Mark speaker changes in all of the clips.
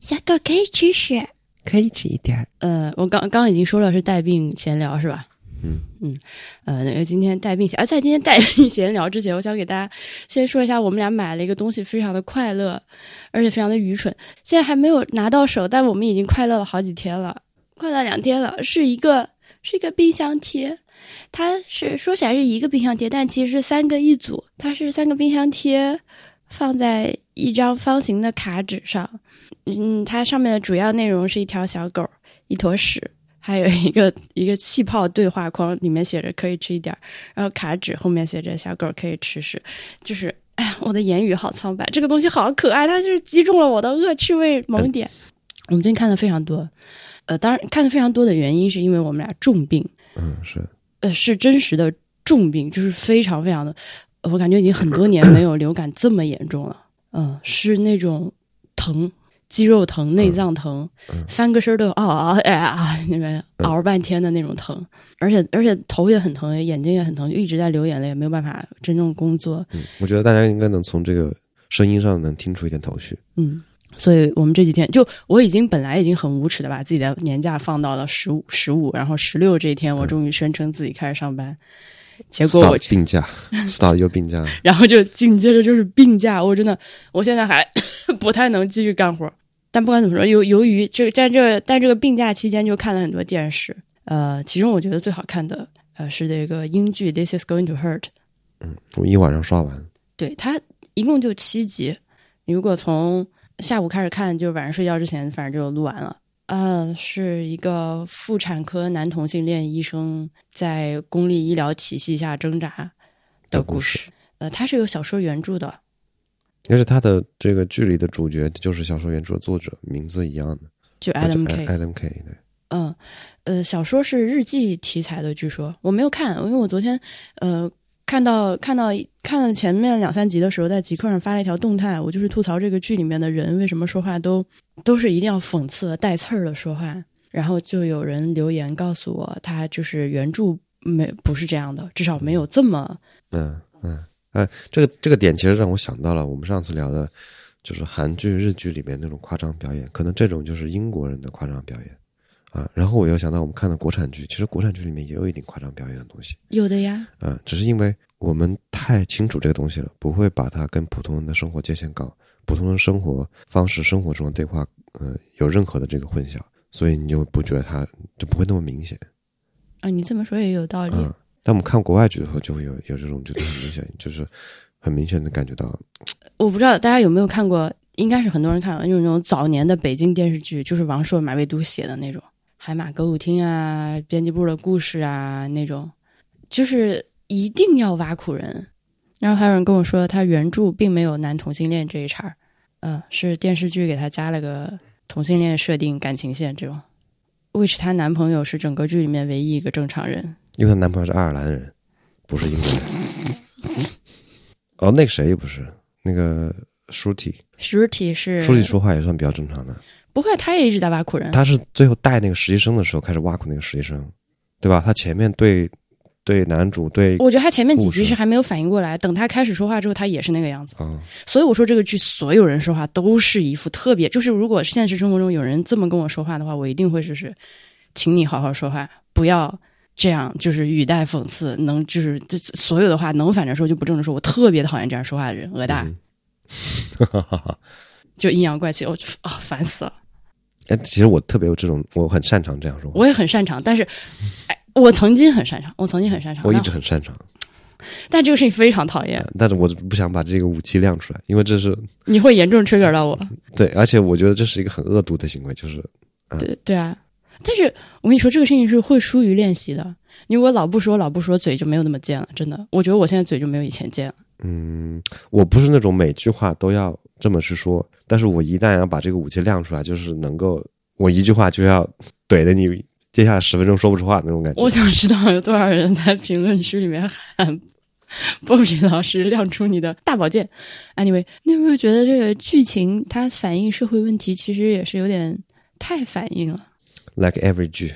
Speaker 1: 小狗可以吃屎。
Speaker 2: 可以吃一点儿。
Speaker 3: 呃，我刚刚已经说了是带病闲聊是吧？
Speaker 2: 嗯
Speaker 3: 嗯，呃，那个今天带病闲，啊，在今天带病闲聊之前，我想给大家先说一下，我们俩买了一个东西，非常的快乐，而且非常的愚蠢。现在还没有拿到手，但我们已经快乐了好几天了，快乐两天了，是一个是一个冰箱贴，它是说起来是一个冰箱贴，但其实是三个一组，它是三个冰箱贴放在一张方形的卡纸上，嗯，它上面的主要内容是一条小狗，一坨屎，还有一个一个气泡对话框，里面写着可以吃一点儿，然后卡纸后面写着小狗可以吃屎，就是哎呀，我的言语好苍白，这个东西好可爱，它就是击中了我的恶趣味萌点。我们最近看的非常多，呃，当然看的非常多的原因是因为我们俩重病，
Speaker 2: 嗯，是
Speaker 3: 呃，是真实的重病，就是非常非常的，呃我感觉已经很多年没有流感这么严重了。嗯，是那种疼，肌肉疼、内脏疼，
Speaker 2: 嗯
Speaker 3: 翻个身都有嗷嗷哎呀啊，那边嗷半天的那种疼，而且而且头也很疼，眼睛也很疼，就一直在流眼泪，没有办法真正工作。
Speaker 2: 嗯，我觉得大家应该能从这个声音上能听出一点头绪。
Speaker 3: 嗯，所以我们这几天就我已经本来已经很无耻的把自己的年假放到了十五、十五，然后十六这一天，我终于宣称自己开始上班，结果我
Speaker 2: 嗯 stop 病假，stop 又病假，
Speaker 3: 然后就紧接着就是病假，我真的我现在还 不太能继续干活。但不管怎么说，由由于这个在这个在这个病假期间就看了很多电视，呃，其中我觉得最好看的呃是这个英剧《This Is Going to Hurt》，
Speaker 2: 我一晚上刷完。
Speaker 3: 对它一共就七集，你如果从下午开始看，就是晚上睡觉之前，反正就录完了。呃，是一个妇产科男同性恋医生在公立医疗体系下挣扎的
Speaker 2: 的
Speaker 3: 故
Speaker 2: 故事
Speaker 3: 事。呃，它是有小说原著的，
Speaker 2: 但是他的这个剧里的主角就是小说原著的作者，名字一样的
Speaker 3: 啊就 Adam K。
Speaker 2: L M K 对，
Speaker 3: 嗯，呃，小说是日记题材的，据说我没有看，因为我昨天呃看到看到看了前面两三集的时候，在极客上发了一条动态，我就是吐槽这个剧里面的人为什么说话都都是一定要讽刺带刺儿的说话，然后就有人留言告诉我，他就是原著没不是这样的，至少没有这么
Speaker 2: 嗯嗯，哎，这个这个点其实让我想到了我们上次聊的，就是韩剧、日剧里面那种夸张表演，可能这种就是英国人的夸张表演啊。然后我又想到我们看的国产剧，其实国产剧里面也有一点夸张表演的东西
Speaker 3: 有的呀，
Speaker 2: 啊，只是因为我们太清楚这个东西了，不会把它跟普通人的生活界限搞，普通人生活方式、生活中的对话，呃，有任何的这个混淆，所以你就不觉得它就不会那么明显。
Speaker 3: 啊，你这么说也有道理，
Speaker 2: 嗯，但我们看国外剧的时候，就会有有这种，就是很明显，就是很明显的感觉到，
Speaker 3: 我不知道大家有没有看过，应该是很多人看过，就是那种早年的北京电视剧，就是王朔、马未都写的那种《海马歌舞厅》啊，《编辑部的故事啊》那种，就是一定要挖苦人。然后还有人跟我说，他原著并没有男同性恋这一茬儿，嗯，是电视剧给他加了个同性恋设定、感情线这种。which 她男朋友是整个剧里面唯一一个正常人，
Speaker 2: 因为她男朋友是爱尔兰人，不是英国人。哦，那个谁也不是，那个舒体，
Speaker 3: 实体是
Speaker 2: 舒体说话也算比较正常的。
Speaker 3: 不会，他也一直在挖苦人。
Speaker 2: 他是最后带那个实习生的时候开始挖苦那个实习生，对吧？他前面对对男主对
Speaker 3: 我觉得他前面几
Speaker 2: 故
Speaker 3: 集
Speaker 2: 事
Speaker 3: 是还没有反应过来，等他开始说话之后，他也是那个样子。
Speaker 2: 啊，
Speaker 3: 所以我说这个剧所有人说话都是一副特别，就是如果现实生活中有人这么跟我说话的话，我一定会就是，请你好好说话，不要这样，就是语带讽刺，能就是这这所有的话能反着说就不正着说，我特别讨厌这样说话的人，鹅大、
Speaker 2: 嗯 哈哈哈。
Speaker 3: 就阴阳怪气，我就啊、烦死了。
Speaker 2: 哎，其实我特别有这种，我很擅长这样说话，
Speaker 3: 我也很擅长，但是，哎，我曾经很擅长，我曾经很擅长，
Speaker 2: 我一
Speaker 3: 但
Speaker 2: 直嗯很擅长，
Speaker 3: 但这个事情非常讨厌，
Speaker 2: 但是我不想把这个武器亮出来，因为这是
Speaker 3: 你会严重 trigger 到我。
Speaker 2: 对，而且我觉得这是一个很恶毒的行为，就是
Speaker 3: 对对啊，但是我跟你说，这个事情是会疏于练习的。你如果老不说，老不说，嘴就没有那么尖了。真的，我觉得我现在嘴就没有以前尖了。
Speaker 2: 嗯，我不是那种每句话都要这么去说，但是我一旦要把这个武器亮出来，就是能够我一句话就要怼的你接下来十分钟说不出话那种感觉。
Speaker 3: 我想知道有多少人在评论区里面喊“波比老师亮出你的大宝剑”。Anyway，你有没有觉得这个剧情它反映社会问题，其实也是有点太反映了？
Speaker 2: like every 句，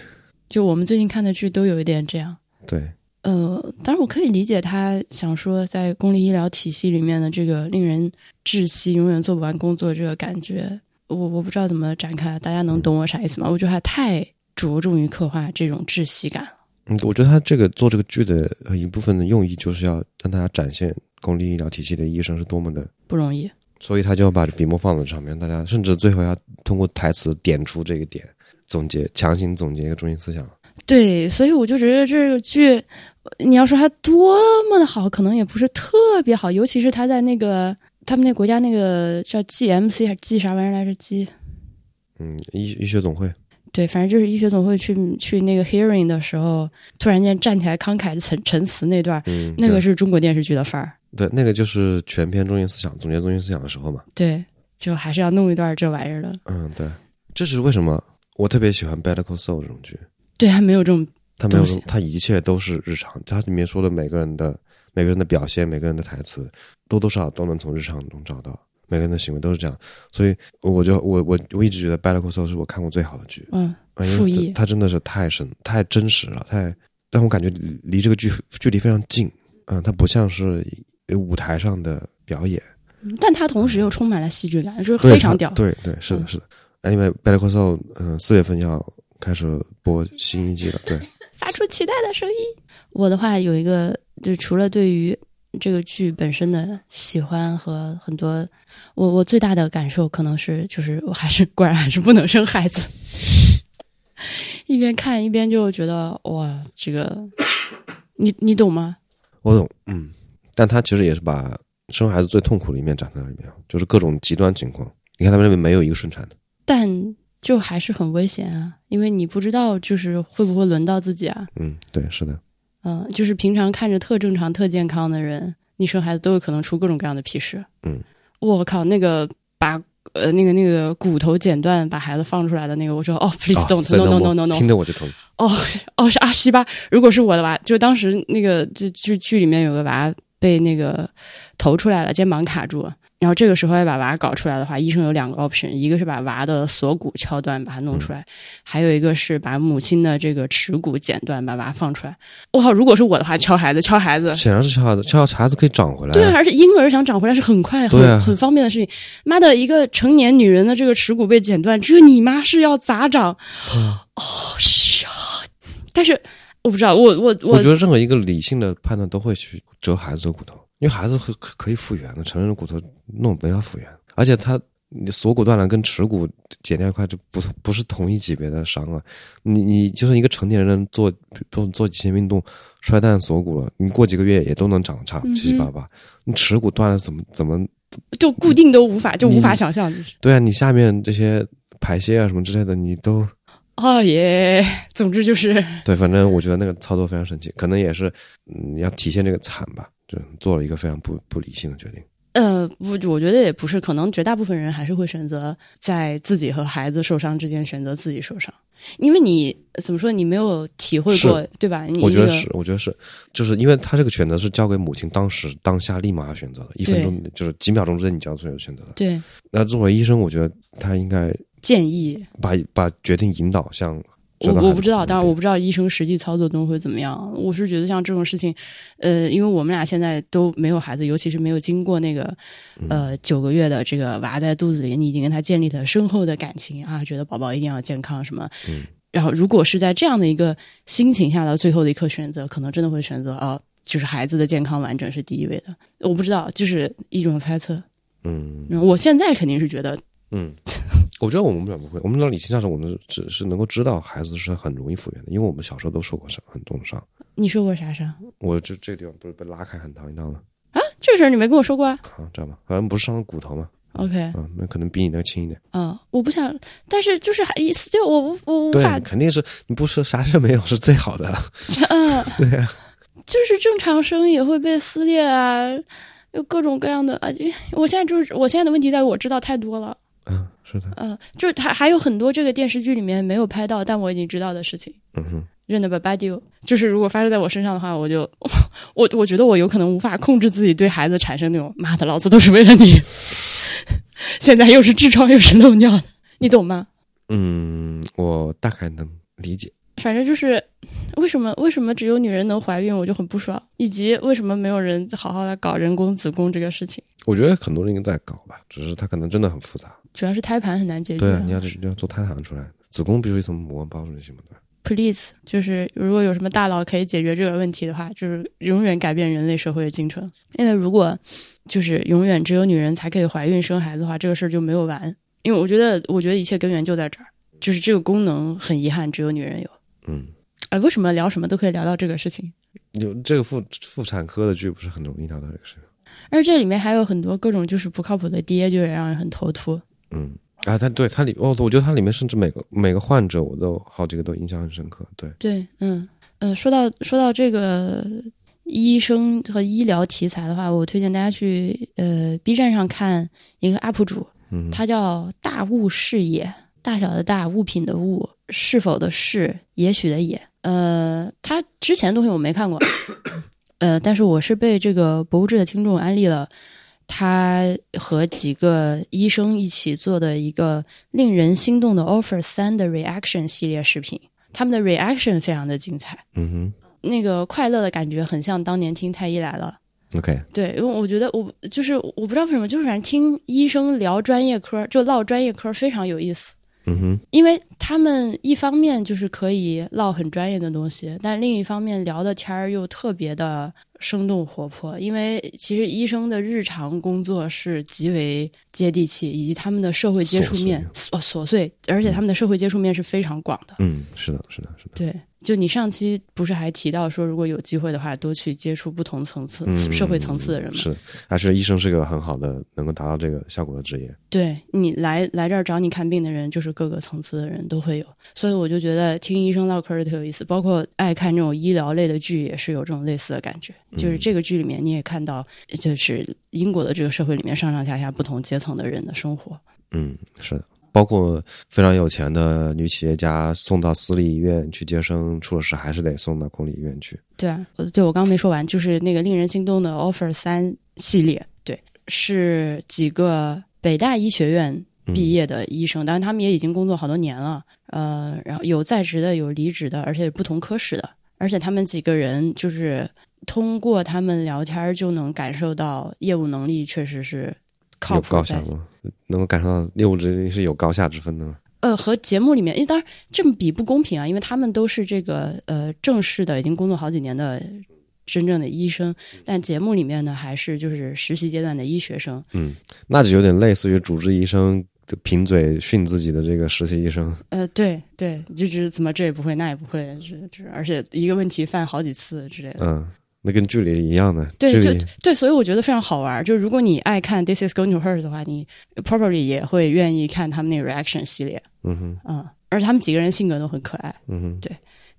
Speaker 3: 就我们最近看的剧都有一点这样。
Speaker 2: 对，
Speaker 3: 呃，当然我可以理解他想说，在公立医疗体系里面的这个令人窒息、永远做不完工作这个感觉。我我不知道怎么展开，大家能懂我啥意思吗？我觉得他太着重于刻画这种窒息感了。
Speaker 2: 嗯，我觉得他这个做这个剧的呃一部分的用意，就是要让大家展现公立医疗体系的医生是多么的，
Speaker 3: 不容易，
Speaker 2: 所以他就要把笔墨放在上面，大家甚至最后要通过台词点出这个点，总结强行总结一个中心思想。
Speaker 3: 对，所以我就觉得这个剧，呃你要说它多么的好，可能也不是特别好，尤其是他在那个他们那国家那个叫 GMC 还是 G 啥玩意儿来着？G
Speaker 2: 嗯，医医学总会，
Speaker 3: 对，反正就是医学总会去去那个 hearing 的时候，突然间站起来慷慨的陈陈词那段儿，
Speaker 2: 嗯，
Speaker 3: 那
Speaker 2: 对
Speaker 3: 个是中国电视剧的范儿。
Speaker 2: 对，那个就是全篇中心思想总结中心思想的时候嘛。
Speaker 3: 对，就还是要弄一段这玩意儿的。
Speaker 2: 嗯，对，这是为什么我特别喜欢《Better Call Saul》这种剧，
Speaker 3: 对，还没有这种
Speaker 2: 它没有
Speaker 3: 东西，
Speaker 2: 它一切都是日常，它里面说的每个人的每个人的表现，每个人的台词，多多少少都能从日常中找到。每个人的行为都是这样，所以我就我我我一直觉得《Better Call Saul》是我看过最好的剧，
Speaker 3: 嗯
Speaker 2: 啊因
Speaker 3: 复
Speaker 2: 为
Speaker 3: 议
Speaker 2: 它它真的是太深、太真实了，太让我感觉离离这个剧距离非常近。嗯，它不像是舞台上的表演，
Speaker 3: 但它同时又充满了戏剧感，就是
Speaker 2: 对
Speaker 3: 非常
Speaker 2: 它
Speaker 3: 屌。
Speaker 2: 对对，是的，
Speaker 3: 嗯
Speaker 2: 是的。Anyway，《Better Call Saul》嗯，四月份要开始播新一季了。对，
Speaker 3: 发出期待的声音。我的话有一个，就除了对于这个剧本身的喜欢和很多，我我最大的感受可能是，就是我还是 果然还是不能生孩子。一边看一边就觉得哇，这个你你懂吗？
Speaker 2: 我懂，嗯，但他其实也是把生孩子最痛苦的一面展现在里面，就是各种极端情况。你看他们那边没有一个顺产的，
Speaker 3: 但就还是很危险啊，因为你不知道就是会不会轮到自己啊。
Speaker 2: 嗯，对，是的，
Speaker 3: 嗯，就是平常看着特正常、特健康的人，你生孩子都有可能出各种各样的屁事。
Speaker 2: 嗯，
Speaker 3: 我靠，那个把呃那个那个骨头剪断把孩子放出来的那个，我说哦，please
Speaker 2: 啊
Speaker 3: don't、
Speaker 2: say
Speaker 3: no no
Speaker 2: more
Speaker 3: no no no，
Speaker 2: 听着我就疼。
Speaker 3: 哦哦是阿西吧？如果是我的娃，就当时那个就剧剧里面有个娃被那个头出来了，肩膀卡住。然后这个时候要把娃搞出来的话，医生有两个 option，一个是把娃的锁骨敲断把它弄出来，还有一个是把母亲的这个耻骨剪断把娃放出来。我靠，如果是我的话，敲孩子，敲孩子，
Speaker 2: 显然是小孩子，小孩子可以长回来。
Speaker 3: 对啊，而且婴儿想长回来是很快、
Speaker 2: 哎对啊
Speaker 3: 很很方便的事情。妈的，一个成年女人的这个耻骨被剪断，这你妈是要咋长？哦，是啊。但是我不知道，我我
Speaker 2: 我
Speaker 3: 我
Speaker 2: 觉得任何一个理性的判断都会去折孩子的骨头，因为孩子可可可以复原的，成人的骨头弄没法复原，而且他你锁骨断了跟耻骨剪掉一块，这不是不是同一级别的伤啊！你你就算一个成年人做做做极限运动摔断锁骨了，你过几个月也都能长差
Speaker 3: 嗯哼
Speaker 2: 七七八八，你耻骨断了怎么怎么？
Speaker 3: 就固定都无法，就无法
Speaker 2: 你
Speaker 3: 想象。
Speaker 2: 对啊，你下面这些排泄啊什么之类的，你都
Speaker 3: 哦耶，总之 就是
Speaker 2: 对，反正我觉得那个操作非常神奇，可能也是嗯要体现这个惨吧，就做了一个非常不不理性的决定。
Speaker 3: 呃，不，我觉得也不是，可能绝大部分人还是会选择在自己和孩子受伤之间选择自己受伤，因为你怎么说，你没有体会
Speaker 2: 是
Speaker 3: 过，对吧？你
Speaker 2: 我觉
Speaker 3: 那
Speaker 2: 得
Speaker 3: 个
Speaker 2: 是，我觉得是，就是因为他这个选择是交给母亲当时当下立马要选择的，一分
Speaker 3: 对
Speaker 2: 钟就是几秒钟之内你就要做选择的。
Speaker 3: 对
Speaker 2: 那作为医生，我觉得他应该
Speaker 3: 建议
Speaker 2: 把把决定引导向指导孩子的
Speaker 3: 我
Speaker 2: 那边。
Speaker 3: 我不知道，当然我不知道医生实际操作中会怎么样。我是觉得像这种事情，呃，因为我们俩现在都没有孩子，尤其是没有经过那个呃九个月的这个娃在肚子里，你已经跟他建立了深厚的感情啊，觉得宝宝一定要健康什么。
Speaker 2: 嗯
Speaker 3: 然后如果是在这样的一个心情下的最后的一刻选择，可能真的会选择啊，就是孩子的健康完整是第一位的。我不知道，就是一种猜测。
Speaker 2: 嗯
Speaker 3: 嗯我现在肯定是觉得
Speaker 2: 嗯，我觉得我们俩不会，我们俩理性上是我们只是能够知道孩子是很容易复原的，因为我们小时候都受过伤很重的伤。
Speaker 3: 你受过啥伤
Speaker 2: 我就这地方不是被拉开很疼一道吗？
Speaker 3: 啊？这个事儿你没跟我说过啊
Speaker 2: 啊，知道吗？反正不是伤骨头嘛，
Speaker 3: ？OK，
Speaker 2: 啊，那可能比你那个轻一点。
Speaker 3: 嗯，我不想，但是就是还意思就我无我无
Speaker 2: 对
Speaker 3: 法，，
Speaker 2: 肯定是你不是啥事没有是最好的。
Speaker 3: 嗯，就是正常声音也会被撕裂啊，有各种各样的啊。就我现在就是我现在的问题在于我知道太多了，
Speaker 2: 嗯，是的，
Speaker 3: 嗯，就是还还有很多这个电视剧里面没有拍到，但我已经知道的事情。
Speaker 2: 嗯哼。
Speaker 3: 认得吧巴丢，就是如果发生在我身上的话，我就我我觉得我有可能无法控制自己对孩子产生那种妈的，老子都是为了你， 现在又是痔疮又是漏尿的，你懂吗？
Speaker 2: 嗯，我大概能理解。
Speaker 3: 反正就是为什么为什么只有女人能怀孕，我就很不爽，以及为什么没有人好好的搞人工子宫这个事情。
Speaker 2: 我觉得很多人应该在搞吧，只是他可能真的很复杂。
Speaker 3: 主要是胎盘很难解决。
Speaker 2: 对啊，你要你要做胎盘出来，子宫必须一层膜包住就行了，对吧？
Speaker 3: please，就是如果有什么大佬可以解决这个问题的话，就是永远改变人类社会的进程。因为如果就是永远只有女人才可以怀孕生孩子的话，这个事儿就没有完。因为我觉得，我觉得一切根源就在这儿，就是这个功能很遗憾只有女人有。
Speaker 2: 嗯，
Speaker 3: 哎，为什么聊什么都可以聊到这个事情？
Speaker 2: 有这个妇妇产科的剧不是很容易聊到这个事情。
Speaker 3: 而这里面还有很多各种就是不靠谱的爹，就也让人很头秃。
Speaker 2: 嗯，啊，它对它里哦，我觉得它里面甚至每个每个患者我都好几个都印象很深刻。对，
Speaker 3: 对，嗯，呃，说到说到这个医生和医疗题材的话，我推荐大家去呃 B 站上看一个 UP 主，
Speaker 2: 嗯，
Speaker 3: 它叫大物视野，大小的大，物品的物，是否的是，也许的也。呃，它之前的东西我没看过，呃，但是我是被这个博物志的听众安利了，他和几个医生一起做的一个令人心动的 offer 三的 reaction 系列视频，他们的 reaction 非常的精彩，
Speaker 2: 嗯
Speaker 3: 那个快乐的感觉很像当年听太医来了。
Speaker 2: 哼，OK，
Speaker 3: 对，因为我觉得我就是我不知道为什么，就是反正听医生聊专业科，就唠专业科非常有意思，
Speaker 2: 嗯哼，
Speaker 3: 因为他们一方面就是可以唠很专业的东西，但另一方面聊的天儿又特别的生动活泼。因为其实医生的日常工作是极为接地气，以及他们的社会接触面琐琐碎，而且他们的社会接触面是非常广的。
Speaker 2: 嗯，是的，是的，是的，
Speaker 3: 对，就你上期不是还提到说，如果有机会的话，多去接触不同层次、
Speaker 2: 嗯，
Speaker 3: 社会层次的人嘛。
Speaker 2: 是，而且医生是个很好的能够达到这个效果的职业。
Speaker 3: 对你来来这儿找你看病的人，就是各个层次的人都会有，所以我就觉得听医生唠嗑儿特有意思。包括爱看这种医疗类的剧，也是有这种类似的感觉。
Speaker 2: 嗯
Speaker 3: 就是这个剧里面，你也看到，就是英国的这个社会里面上上下下不同阶层的人的生活。
Speaker 2: 嗯，是的，包括非常有钱的女企业家送到私立医院去接生，出了事还是得送到公立医院去。
Speaker 3: 对啊，呃对我刚刚没说完，就是那个令人心动的 offer 三系列，对，是几个北大医学院
Speaker 2: 嗯
Speaker 3: 毕业的医生，当然他们也已经工作好多年了，呃，然后有在职的，有离职的，而且不同科室的，而且他们几个人就是通过他们聊天儿就能感受到业务能力确实是靠
Speaker 2: 有
Speaker 3: 谱
Speaker 2: 高下
Speaker 3: 在
Speaker 2: 吗？能够感受到业务之是有高下之分的吗？
Speaker 3: 呃，和节目里面，因为当然这么比不公平啊，因为他们都是这个呃正式的，已经工作好几年的真正的医生，但节目里面呢还是就是实习阶段的医学生。
Speaker 2: 那就有点类似于主治医生就贫嘴训自己的这个实习医生。
Speaker 3: 呃，对对，就是怎么这也不会那也不会，这这而且一个问题犯好几次之类的。
Speaker 2: 嗯，那跟剧里一样的，
Speaker 3: 对，
Speaker 2: 剧
Speaker 3: 就
Speaker 2: 里
Speaker 3: 对，所以我觉得非常好玩儿。就如果你爱看《This Is Going to Hurt》的话，你 probably 也会愿意看他们那个 reaction 系列，
Speaker 2: 嗯哼，
Speaker 3: 嗯，而且他们几个人性格都很可爱，
Speaker 2: 嗯哼，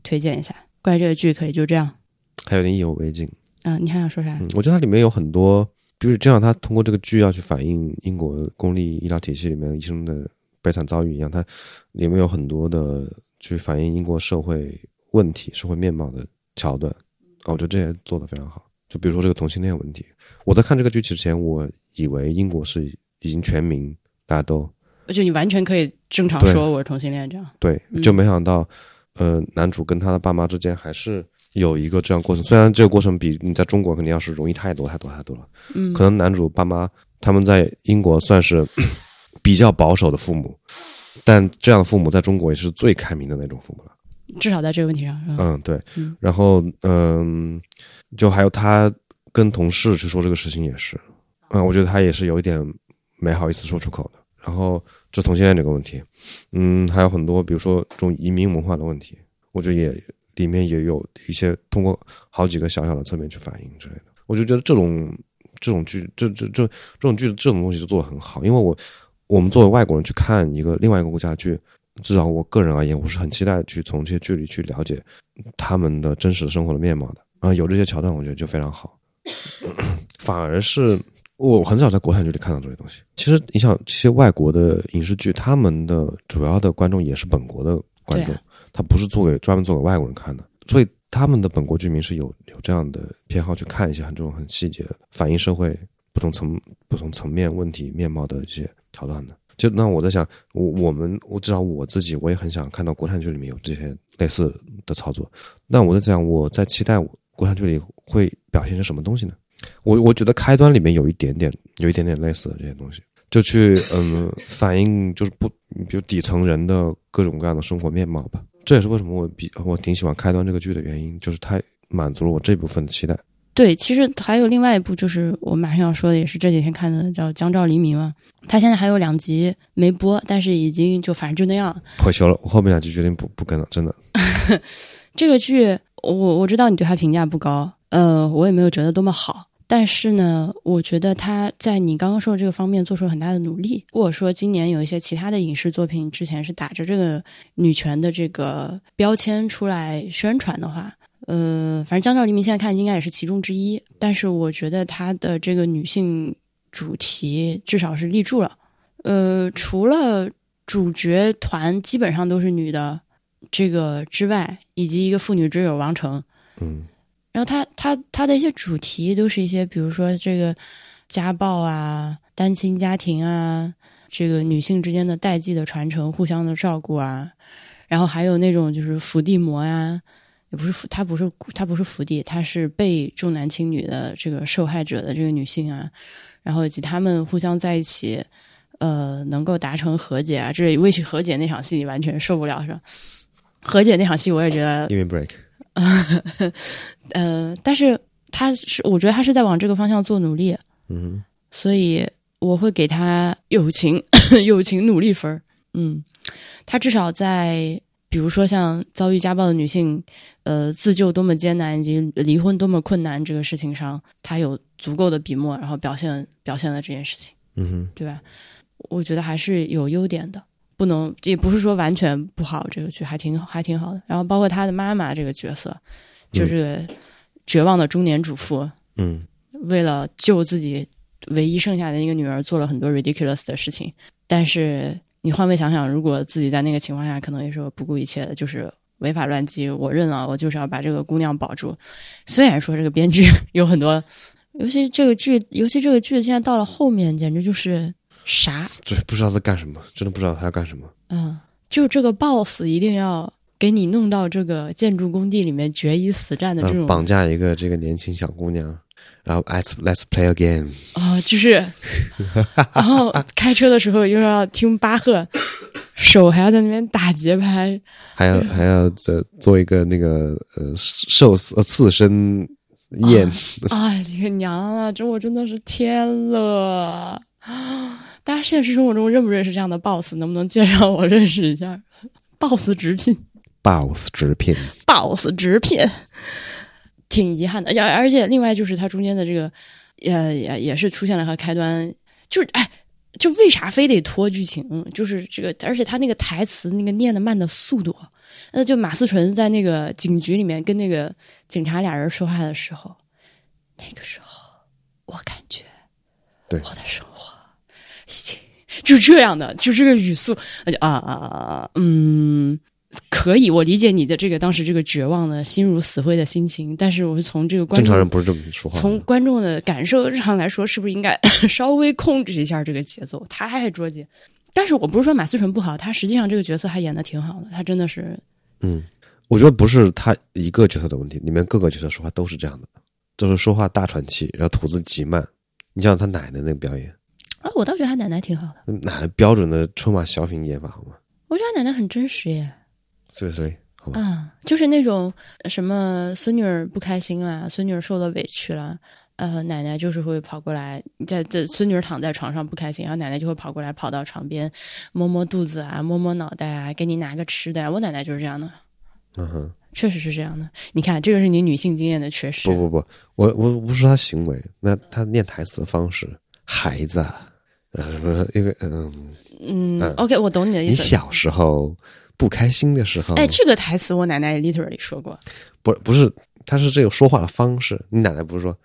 Speaker 3: 推荐一下。关于这个剧，可以就这样。
Speaker 2: 还有点意犹未尽。
Speaker 3: 嗯、你还想说啥？
Speaker 2: 嗯，我觉得它里面有很多，比如就像他通过这个剧要去反映英国公立医疗体系里面医生的悲惨遭遇一样，它里面有很多的去反映英国社会问题、社会面貌的桥段。啊，我觉得这些做的非常好。就比如说这个同性恋问题，我在看这个剧之前，我以为英国是已经全民大家都
Speaker 3: 就你完全可以正常
Speaker 2: 对
Speaker 3: 说我是同性恋这样。
Speaker 2: 对
Speaker 3: 嗯，
Speaker 2: 就没想到，呃，男主跟他的爸妈之间还是有一个这样过程。虽然这个过程比你在中国肯定要是容易太多太多太多了。
Speaker 3: 嗯，
Speaker 2: 可能男主爸妈他们在英国算是 比较保守的父母，但这样的父母在中国也是最开明的那种父母了。
Speaker 3: 至少在这个问题上，嗯，
Speaker 2: 嗯，对
Speaker 3: 嗯。
Speaker 2: 然后，嗯，就还有他跟同事去说这个事情也是，
Speaker 3: 哦
Speaker 2: 嗯，我觉得他也是有一点没好意思说出口的。然后，这同性恋这个问题，嗯，还有很多，比如说这种移民文化的问题，我觉得也里面也有一些通过好几个小小的侧面去反映之类的。我就觉得这种这种剧，这这这这种剧这种东西就做的很好，因为我我们作为外国人去看一个另外一个国家的剧，至少我个人而言，我是很期待去从这些剧里去了解他们的真实生活的面貌的。啊、有这些桥段，我觉得就非常好。 反而是我很少在国产剧里看到这些东西。其实你想，这些外国的影视剧，他们的主要的观众也是本国的观众，
Speaker 3: 对啊
Speaker 2: 他不是做给专门做给外国人看的，所以他们的本国居民是有有这样的偏好去看一些很这种很细节的反映社会不同层不同层面问题面貌的一些桥段的。就那我在想，我我们我至少我自己，我也很想看到国产剧里面有这些类似的操作。那我在想，我在期待我国产剧里会表现成什么东西呢？我我觉得开端里面有一点点，有一点点类似的这些东西，就去嗯、反映就是不比如底层人的各种各样的生活面貌吧。这也是为什么我比我挺喜欢《开端》这个剧的原因，就是它满足了我这部分的期待。
Speaker 3: 对，其实还有另外一部，就是我马上要说的，也是这几天看的，叫《江照黎明》嘛。它现在还有两集没播，但是已经就反正就那样了。
Speaker 2: 退休了，我后面两集决定不不跟了，真的。
Speaker 3: 这个剧，我我知道你对它评价不高，呃，我也没有觉得多么好。但是呢，我觉得他在你刚刚说的这个方面做出了很大的努力。如果说今年有一些其他的影视作品之前是打着这个女权的这个标签出来宣传的话，呃，反正江照黎明现在看应该也是其中之一。但是我觉得他的这个女性主题至少是立住了。呃，除了主角团基本上都是女的这个之外，以及一个妇女之友王成，
Speaker 2: 嗯，
Speaker 3: 然后他他他的一些主题都是一些，比如说这个家暴啊、单亲家庭啊，这个女性之间的代际的传承、互相的照顾啊，然后还有那种就是伏地魔呀、也不是伏，她不是她不是伏地，她是被重男轻女的这个受害者的这个女性啊，然后以及他们互相在一起，呃，能够达成和解啊，这也为其和解那场戏完全受不了是吧？和解那场戏我也觉得
Speaker 2: 因为 break
Speaker 3: 呃，但是他是，我觉得他是在往这个方向做努力，
Speaker 2: 嗯哼，
Speaker 3: 所以我会给他友情 友情努力分儿。嗯，他至少在比如说像遭遇家暴的女性，呃，自救多么艰难以及离婚多么困难这个事情上，他有足够的笔墨，然后表现表现了这件事情。
Speaker 2: 嗯哼，
Speaker 3: 对吧？我觉得还是有优点的，不能也不是说完全不好，这个剧还挺还挺好的。然后包括他的妈妈这个角色，就是绝望的中年主妇，
Speaker 2: 嗯，
Speaker 3: 为了救自己唯一剩下的那个女儿，做了很多 ridiculous 的事情。但是你换位想想，如果自己在那个情况下，可能也是不顾一切的，就是违法乱纪，我认了，我就是要把这个姑娘保住。虽然说这个编剧有很多，尤其这个剧，尤其这个剧现在到了后面，简直就是啥，
Speaker 2: 对，不知道在干什么，真的不知道他要干什么。
Speaker 3: 嗯，就这个 boss 一定要给你弄到这个建筑工地里面决一死战的这
Speaker 2: 嗯，
Speaker 3: 种
Speaker 2: 绑架一个这个年轻小姑娘，然后 let's let's play a game，
Speaker 3: 啊、就是，然后开车的时候又要听巴赫，手还要在那边打节拍，
Speaker 2: 还要还要这做一个那个呃受死呃刺身宴，
Speaker 3: 哎，这个娘啊，这我真的是天了！大家现实生活中认不认识这样的 boss？能不能介绍我认识一下？boss 直聘
Speaker 2: boss 直聘，
Speaker 3: ，boss 直聘，挺遗憾的。而而且另外就是它中间的这个，也呃也也是出现了和开端，就是哎。就为啥非得拖剧情？就是这个，而且他那个台词那个念的慢的速度，那就马思纯在那个警局里面跟那个警察俩人说话的时候，那个时候我感觉，
Speaker 2: 对
Speaker 3: 我的生活已经就这样的，就这个语速，我就啊啊啊啊，嗯，可以，我理解你的这个当时这个绝望的心如死灰的心情，但是我是从这个观
Speaker 2: 正
Speaker 3: 众
Speaker 2: 常人不是这么说话的。
Speaker 3: 从观众的感受上来说，是不是应该 稍微控制一下这个节奏？太捉急。但是我不是说马思纯不好，她实际上这个角色还演的挺好的，她真的是
Speaker 2: 嗯，我觉得不是他一个角色的问题，里面各个角色说话都是这样的，就是说话大喘气，然后吐字极慢。你像他奶奶那个表演，嗯
Speaker 3: 啊，我倒觉得她奶奶挺好的，
Speaker 2: 奶奶标准的春晚小品演法，好吗
Speaker 3: 我觉得她奶奶很真实耶，
Speaker 2: ？Seriously，好吧，
Speaker 3: 啊，就是那种呃什么孙女儿不开心啦，孙女儿受了委屈啦，呃，奶奶就是会跑过来，在这孙女儿躺在床上不开心，然后奶奶就会跑过来跑到床边摸摸肚子啊，摸摸脑袋啊，给你拿个吃的、啊，我奶奶就是这样的。
Speaker 2: 嗯哼，
Speaker 3: 确实是这样的。你看，这个是你女性经验的缺失。
Speaker 2: 不不不，我我我不说他行为，
Speaker 3: 嗯
Speaker 2: 那他念台词的方式，孩子啊，然后什么一个嗯，
Speaker 3: 嗯 o k 我懂你的意
Speaker 2: 你
Speaker 3: 思。
Speaker 2: 小时候不开心的时候，
Speaker 3: 哎，这个台词我奶奶也 literally 说过。
Speaker 2: 不不是，他是这个说话的方式。你奶奶不是说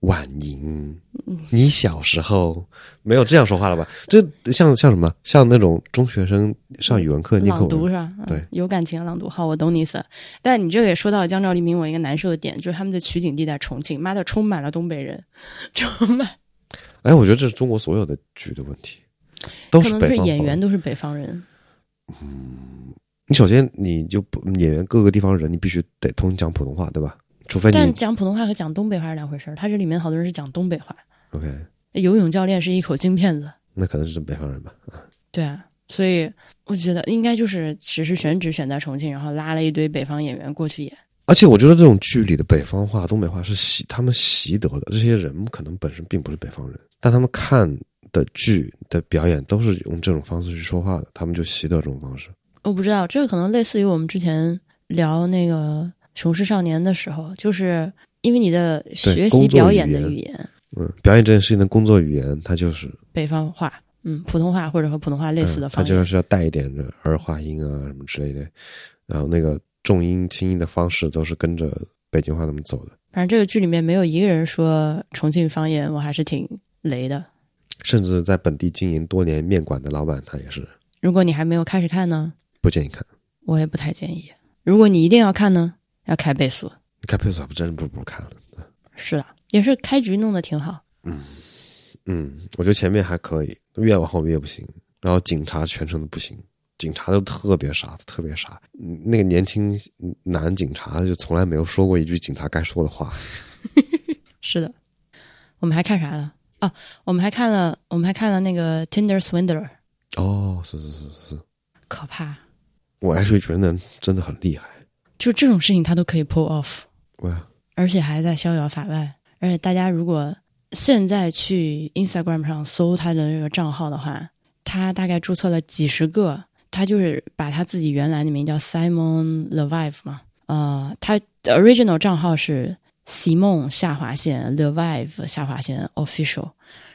Speaker 2: 婉莹，
Speaker 3: 嗯
Speaker 2: 你小时候没有这样说话了吧？这像像什么？像那种中学生上语文课念课
Speaker 3: 朗读
Speaker 2: 文，
Speaker 3: 是吧？嗯
Speaker 2: 对，
Speaker 3: 有感情的朗读。好，我懂你意思。但你这个也说到江照黎明，我一个难受的点就是他们的取景地在重庆，妈的，充满了东北人， 充满
Speaker 2: 哎，我觉得这是中国所有的剧的问题，都
Speaker 3: 可
Speaker 2: 是
Speaker 3: 能
Speaker 2: 北
Speaker 3: 是
Speaker 2: 方
Speaker 3: 演员
Speaker 2: 风。
Speaker 3: 都是北方人。
Speaker 2: 你首先你就不演员各个地方人，你必须得通讲普通话，对吧？除哎非你
Speaker 3: 但讲普通话和讲东北话是两回事儿，他这里面好多人是讲东北话。
Speaker 2: OK，
Speaker 3: 游泳教练是一口京片子，
Speaker 2: 那可能是北方人吧。
Speaker 3: 对啊，所以我觉得应该就是只是选址选在重庆，然后拉了一堆北方演员过去演。
Speaker 2: 而且我觉得这种剧里的北方话、东北话是习他们习得的，这些人可能本身并不是北方人，但他们看的剧的表演都是用这种方式去说话的，他们就习得这种方式。
Speaker 3: 我不知道，这个可能类似于我们之前聊那个《雄狮少年》的时候，就是因为你的学习
Speaker 2: 工作
Speaker 3: 表演的
Speaker 2: 语
Speaker 3: 语言，
Speaker 2: 嗯，表演这件事情的工作语言，它就是
Speaker 3: 北方话，嗯，普通话或者和普通话类似的
Speaker 2: 嗯它
Speaker 3: 方
Speaker 2: 就
Speaker 3: 言，
Speaker 2: 是要带一点的儿化音啊什么之类的，然后那个重音轻音的方式都是跟着北京话那么走的，
Speaker 3: 反正这个剧里面没有一个人说重庆方言，我还是挺雷的。
Speaker 2: 甚至在本地经营多年面馆的老板，他也是
Speaker 3: 如果你还没有开始看呢，
Speaker 2: 不建议看。
Speaker 3: 我也不太建议。如果你一定要看呢，要开倍速。
Speaker 2: 你看配速还不真不不看了，
Speaker 3: 是的，也是开局弄得挺好。
Speaker 2: 嗯，我觉得前面还可以，越往后面越不行。然后警察全程都不行，警察都特别傻，特别傻。嗯那个年轻男警察就从来没有说过一句警察该说的话。
Speaker 3: 是的，我们还看啥了？哦，我们还看了，我们还看了那个 Tinder Swindler，
Speaker 2: 哦，是是是是，
Speaker 3: 可怕！
Speaker 2: 我 H 觉得真的很厉害。
Speaker 3: 就这种事情他都可以 pull off，
Speaker 2: 哇，
Speaker 3: 而且还在逍遥法外。而且大家如果现在去 Instagram 上搜他的这个账号的话，他大概注册了几十个，他就是把他自己原来的名叫 Simon Levive 嘛，呃，他的 original 账号是 Simon 下划线 Levive 下划线 official，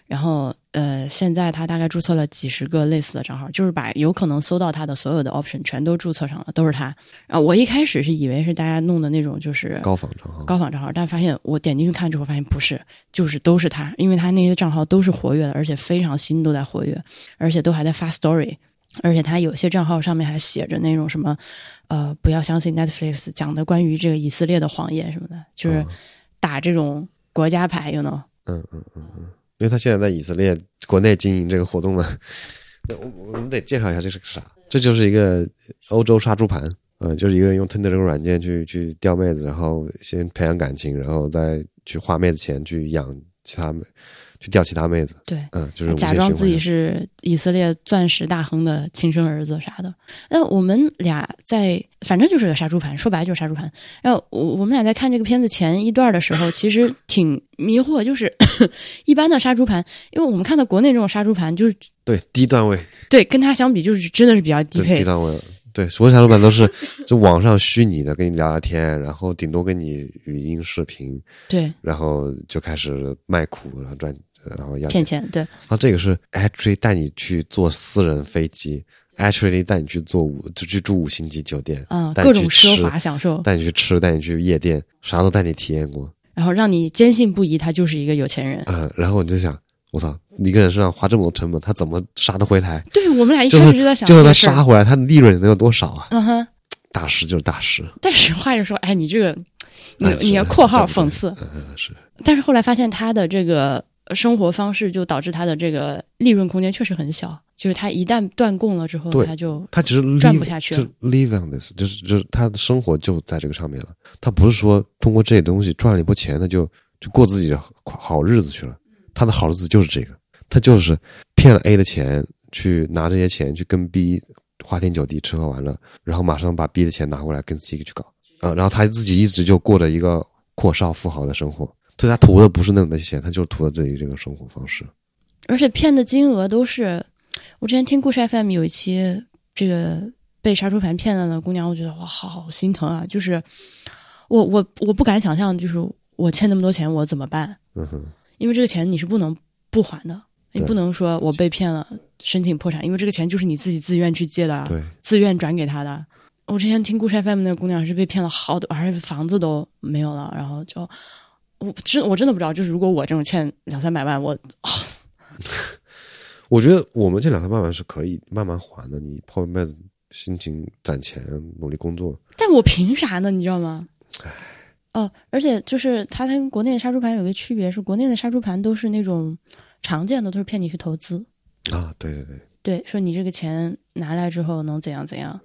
Speaker 3: 然后呃，现在他大概注册了几十个类似的账号，就是把有可能搜到他的所有的 option 全都注册上了，都是他。啊，我一开始是以为是大家弄的那种就是
Speaker 2: 高仿账号，
Speaker 3: 高仿账号，但发现我点进去看之后，发现不是，就是都是他，因为他那些账号都是活跃的，而且非常新，都在活跃，而且都还在发 story，而且他有些账号上面还写着那种什么，呃，不要相信 Netflix 讲的关于这个以色列的谎言什么的，就是
Speaker 2: 嗯
Speaker 3: 打这种国家牌，you know。
Speaker 2: 嗯嗯嗯嗯，因为他现在在以色列国内经营这个活动嘛， 那我我们得介绍一下这是个啥？这就是一个欧洲杀猪盘，嗯，就是一个人用 Tinder 这个软件去去钓妹子，然后先培养感情，然后再去花妹子钱去养其他妹，去钓其他妹子，
Speaker 3: 对，
Speaker 2: 嗯，就是无限
Speaker 3: 假装
Speaker 2: 循环
Speaker 3: 自己
Speaker 2: 下去
Speaker 3: 是以色列钻石大亨的亲生儿子啥的。那我们俩在，反正就是个杀猪盘，说白了就是杀猪盘。然后我我们俩在看这个片子前一段的时候，其实挺迷惑，就是 一般的杀猪盘，因为我们看到国内这种杀猪盘，就是
Speaker 2: 对低段位，
Speaker 3: 对跟它相比，就是真的是比较低
Speaker 2: 就
Speaker 3: 配
Speaker 2: 低。段位。对，所有杀猪盘都是 就网上虚拟的，跟你聊聊天，然后顶多跟你语音视频，
Speaker 3: 对，
Speaker 2: 然后就开始卖苦，然后赚，呃然后要
Speaker 3: 骗
Speaker 2: 钱。
Speaker 3: 钱。对，
Speaker 2: 啊，这个是 actually 带你去坐私人飞机，actually E 带你去坐五就去住五星级酒店，
Speaker 3: 嗯，
Speaker 2: 带
Speaker 3: 各
Speaker 2: 你
Speaker 3: 种
Speaker 2: 去
Speaker 3: 奢
Speaker 2: 吃，
Speaker 3: 华享受，
Speaker 2: 带你去吃，带你去夜店，啥都带你体验过。
Speaker 3: 然后让你坚信不疑他就是一个有钱人。
Speaker 2: 嗯，然后我就想，我操，一个人身上花这么多成本，他怎么杀得回来？
Speaker 3: 对我们俩一
Speaker 2: 就
Speaker 3: 开始
Speaker 2: 算
Speaker 3: 就在想
Speaker 2: 就
Speaker 3: 这
Speaker 2: 算
Speaker 3: 个
Speaker 2: 他
Speaker 3: 事儿
Speaker 2: 杀回来，他的利润能有多少啊？
Speaker 3: 嗯哼。
Speaker 2: 大师就是大师，
Speaker 3: 但是话又说，哎，你这个，你
Speaker 2: 哎是
Speaker 3: 你要括
Speaker 2: 对不
Speaker 3: 号
Speaker 2: 对
Speaker 3: 讽刺。
Speaker 2: 嗯嗯是，
Speaker 3: 但是后来发现他的这个呃生活方式，就导致他的这个利润空间确实很小。就是他一旦断供了之后，
Speaker 2: 对
Speaker 3: 他就
Speaker 2: 他其实 live,
Speaker 3: 赚不下去
Speaker 2: 就
Speaker 3: 了
Speaker 2: live on this，就是就是他的生活就在这个上面了。他不是说通过这些东西赚了一波钱，他就就过自己的好日子去了。他的好日子就是这个，他就是骗了 A 的钱，去拿这些钱去跟 B 花天酒地、吃喝玩乐，然后马上把 B 的钱拿过来跟 C 去搞啊、然后他自己一直就过着一个阔少富豪的生活。对他图的不是那种那些钱，他就是图的自己这个生活方式。
Speaker 3: 而且骗的金额都是，我之前听故事 FM 有一期这个被杀猪盘骗了的姑娘，我觉得哇，好好心疼啊！就是我我我不敢想象，就是我欠那么多钱，我怎么办？
Speaker 2: 嗯哼，
Speaker 3: 因为这个钱你是不能不还的，你
Speaker 2: 对
Speaker 3: 不能说我被骗了申请破产，因为这个钱就是你自己自愿去借的啊。
Speaker 2: 对，
Speaker 3: 自愿转给他的。我之前听故事 FM 那个姑娘是被骗了好多，而且房子都没有了，然后就我真我真的不知道，就是如果我这种欠两三百万，我
Speaker 2: 我觉得我们这两个慢慢是可以慢慢还的。你泡妹子辛勤攒钱，努力工作，
Speaker 3: 但我凭啥呢？你知道吗？哦，而且就是它它跟国内的杀猪盘有个区别是，国内的杀猪盘都是那种常见的，都是骗你去投资，
Speaker 2: 啊，对对对，
Speaker 3: 对，说你这个钱拿来之后能怎样 怎样。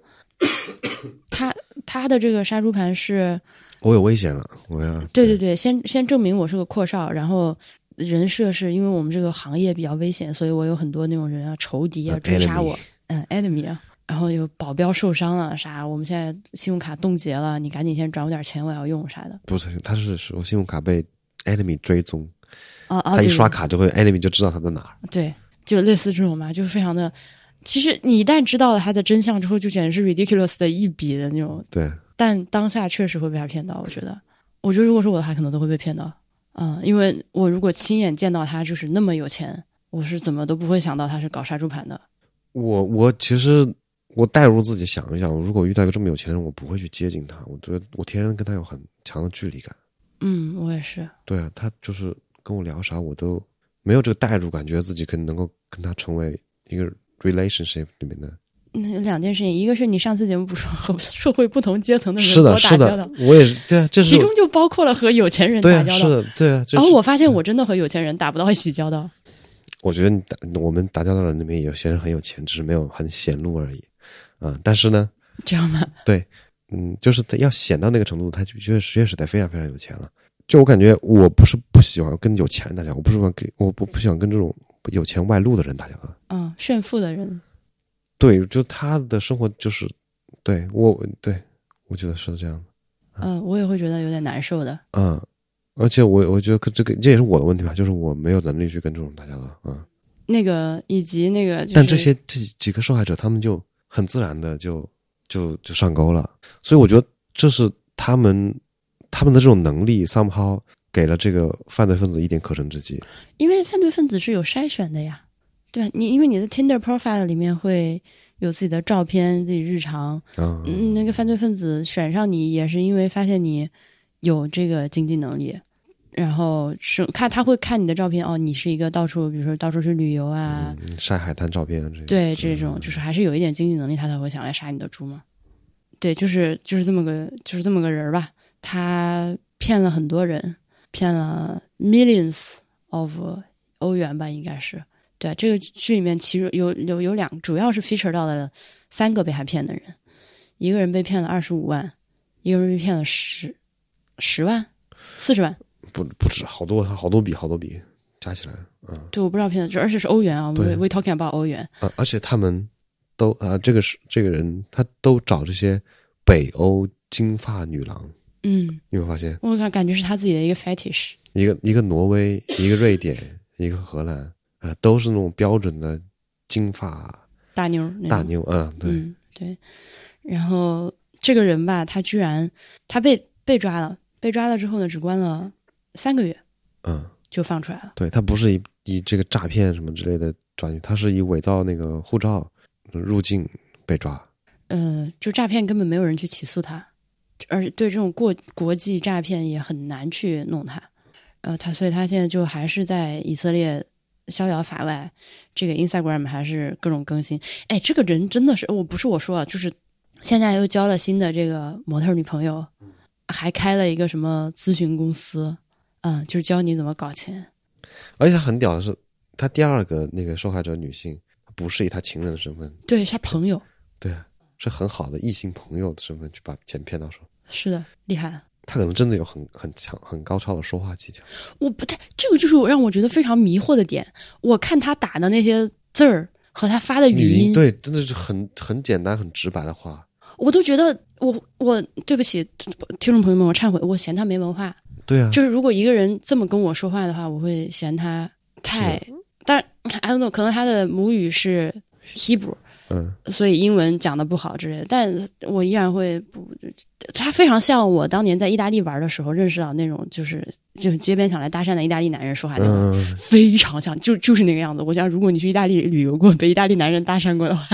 Speaker 3: 他他的这个杀猪盘是，
Speaker 2: 我有危险了，我要
Speaker 3: 对对对，先先证明我是个阔少，然后人设是因为我们这个行业比较危险，所以我有很多那种人啊，仇敌啊，
Speaker 2: An
Speaker 3: 追杀
Speaker 2: 呃 enemy
Speaker 3: 我，嗯，enemy 啊。然后有保镖受伤了啥，我们现在信用卡冻结了，你赶紧先转我点钱，我要用啥的。
Speaker 2: 不是，他是说信用卡被 enemy 追踪，
Speaker 3: 啊啊！
Speaker 2: 他一
Speaker 3: 对
Speaker 2: 刷卡就会 enemy 就知道他在哪儿。
Speaker 3: 对，就类似这种嘛，就非常的。其实你一旦知道了它的真相之后，就简直是 ridiculous 的一笔的那种。
Speaker 2: 对，
Speaker 3: 但当下确实会被他骗到，我觉得，我觉得如果是我的话，可能都会被骗到。嗯，因为我如果亲眼见到他就是那么有钱，我是怎么都不会想到他是搞杀猪盘的。
Speaker 2: 我我其实我代入自己想一想，如果遇到一个这么有钱人，我不会去接近他，我觉得我天生跟他有很强的距离感。
Speaker 3: 嗯，我也是。
Speaker 2: 对啊，他就是跟我聊啥，我都没有这个代入感，觉得自己可能能够跟他成为一个 relationship 里面的。
Speaker 3: 那嗯有两件事情，一个是你上次节目不说和社会不同阶层的人
Speaker 2: 是
Speaker 3: 多
Speaker 2: 的，
Speaker 3: 打交
Speaker 2: 是
Speaker 3: 道
Speaker 2: 的，，我也是，对啊，这是
Speaker 3: 其中就包括了和有钱人
Speaker 2: 对
Speaker 3: 打
Speaker 2: 啊，
Speaker 3: 交
Speaker 2: 是
Speaker 3: 道。
Speaker 2: 的，对啊。这
Speaker 3: 然
Speaker 2: 是
Speaker 3: 后我发现我真的和有钱人打不到一起交道。
Speaker 2: 我觉得你打我们打交道的人里面有些人很有钱，只是没有很显露而已，啊、但是呢，
Speaker 3: 这样吗？
Speaker 2: 嗯，就是他要显到那个程度，他就确实确实得非常非常有钱了。就我感觉，我不是不喜欢跟有钱人打交道，我不是欢跟我不不喜欢跟这种有钱外露的人打交道。
Speaker 3: 嗯，炫富的人。
Speaker 2: 对，就他的生活就是，对我对我觉得是这样的。
Speaker 3: 嗯，我也会觉得有点难受的。
Speaker 2: 嗯，而且我我觉得可这个这也是我的问题吧，就是我没有能力去跟这种打交道啊、嗯。
Speaker 3: 那个以及那个、就是，
Speaker 2: 但这些这几个受害者，他们就很自然的就就就上钩了，所以我觉得这是他们他们的这种能力 somehow 给了这个犯罪分子一点可乘之机。
Speaker 3: 因为犯罪分子是有筛选的呀，对吧？你因为你的 Tinder profile 里面会有自己的照片、自己日常，
Speaker 2: 啊、
Speaker 3: 嗯，那个犯罪分子选上你也是因为发现你有这个经济能力，然后是看他会看你的照片，哦，你是一个到处，比如说到处去旅游啊，
Speaker 2: 嗯晒海滩照片这些，
Speaker 3: 对这种，就是还是有一点经济能力，他才会想来杀你的猪嘛。对，就是就是这么个就是这么个人儿吧，他骗了很多人，骗了 millions of 欧元吧，应该是。对，这个剧里面其实有有有两，主要是 feature 到了三个被他骗的人，一个人被骗了二十五万，一个人被骗了十十万、四十万，
Speaker 2: 不不止好多好多笔好多笔加起来啊、嗯
Speaker 3: 对，我不知道骗的是，而且是欧元啊，我
Speaker 2: 对
Speaker 3: 们 we talking about 欧元，
Speaker 2: 啊，而且他们都啊、这个是这个人他都找这些北欧金发女郎，
Speaker 3: 嗯，
Speaker 2: 你有没有发现？
Speaker 3: 我感感觉是他自己的一个 fetish。
Speaker 2: 一个一个挪威，一个瑞典，一个荷兰，啊、都是那种标准的金发
Speaker 3: 大妞儿那种，
Speaker 2: 大妞，嗯，对，
Speaker 3: 嗯，对。然后这个人吧，他居然他被被抓了，被抓了之后呢，只关了三个月
Speaker 2: 嗯，
Speaker 3: 就放出来了。
Speaker 2: 对，他不是以以这个诈骗什么之类的抓你，他是以伪造那个护照入境被抓，
Speaker 3: 呃，就诈骗根本没有人去起诉他，而且对这种过国际诈骗也很难去弄他。呃，他所以他现在就还是在以色列逍遥法外，这个 Instagram 还是各种更新。哎，这个人真的是，我不是我说啊，就是现在又交了新的这个模特女朋友，还开了一个什么咨询公司，嗯，就是教你怎么搞钱。
Speaker 2: 而且他很屌的是，他第二个那个受害者女性，她不是以他情人的身份，
Speaker 3: 对，是他朋友，
Speaker 2: 对，是很好的异性朋友的身份去把钱骗到手，
Speaker 3: 是的，厉害。
Speaker 2: 他可能真的有很很强、很高超的说话技巧，
Speaker 3: 我不太，这个就是我让我觉得非常迷惑的点。我看他打的那些字儿和他发的语音，
Speaker 2: 对，真的是很很简单、很直白的话，
Speaker 3: 我都觉得我我对不起听众朋友们，我忏悔，我嫌他没文化。
Speaker 2: 对啊，
Speaker 3: 就是如果一个人这么跟我说话的话，我会嫌他太，但是 I don't know，可能他的母语是 Hebrew，
Speaker 2: 嗯，
Speaker 3: 所以英文讲的不好之类的，但我依然会不，他非常像我当年在意大利玩的时候认识到那种就是就是街边想来搭讪的意大利男人说话那种。
Speaker 2: 嗯。
Speaker 3: 非常像，就就是那个样子。我想，如果你去意大利旅游过，被意大利男人搭讪过的话，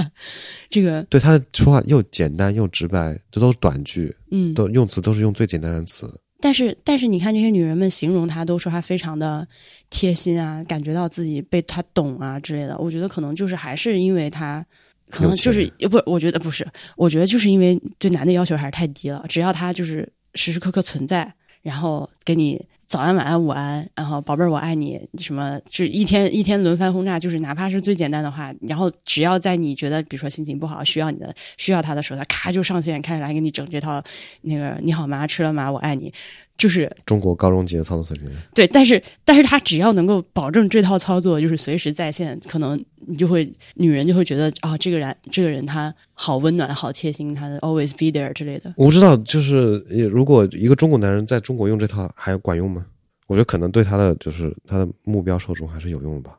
Speaker 3: 这个
Speaker 2: 对他的说话又简单又直白，这都是短句，
Speaker 3: 嗯，
Speaker 2: 都用词都是用最简单的词。
Speaker 3: 但是但是你看这些女人们形容他，都说他非常的贴心啊，感觉到自己被他懂啊之类的。我觉得可能就是还是因为他。可能就是呃不，我觉得不是，我觉得就是因为对男的要求还是太低了。只要他就是时时刻刻存在，然后给你早安、晚安、午安，然后宝贝儿我爱你，什么就是一天一天轮番轰炸，就是哪怕是最简单的话，然后只要在你觉得比如说心情不好需要你的需要他的时候，他咔就上线开始来给你整这套那个你好吗？吃了吗？我爱你，就是
Speaker 2: 中国高中级的操作水平，
Speaker 3: 对，但是但是他只要能够保证这套操作就是随时在线，可能你就会女人就会觉得啊，这个人这个人他好温暖，好贴心，他 always be there 之类的。
Speaker 2: 我不知道，就是呃如果一个中国男人在中国用这套还管用吗？我觉得可能对他的就是他的目标受众还是有用的吧。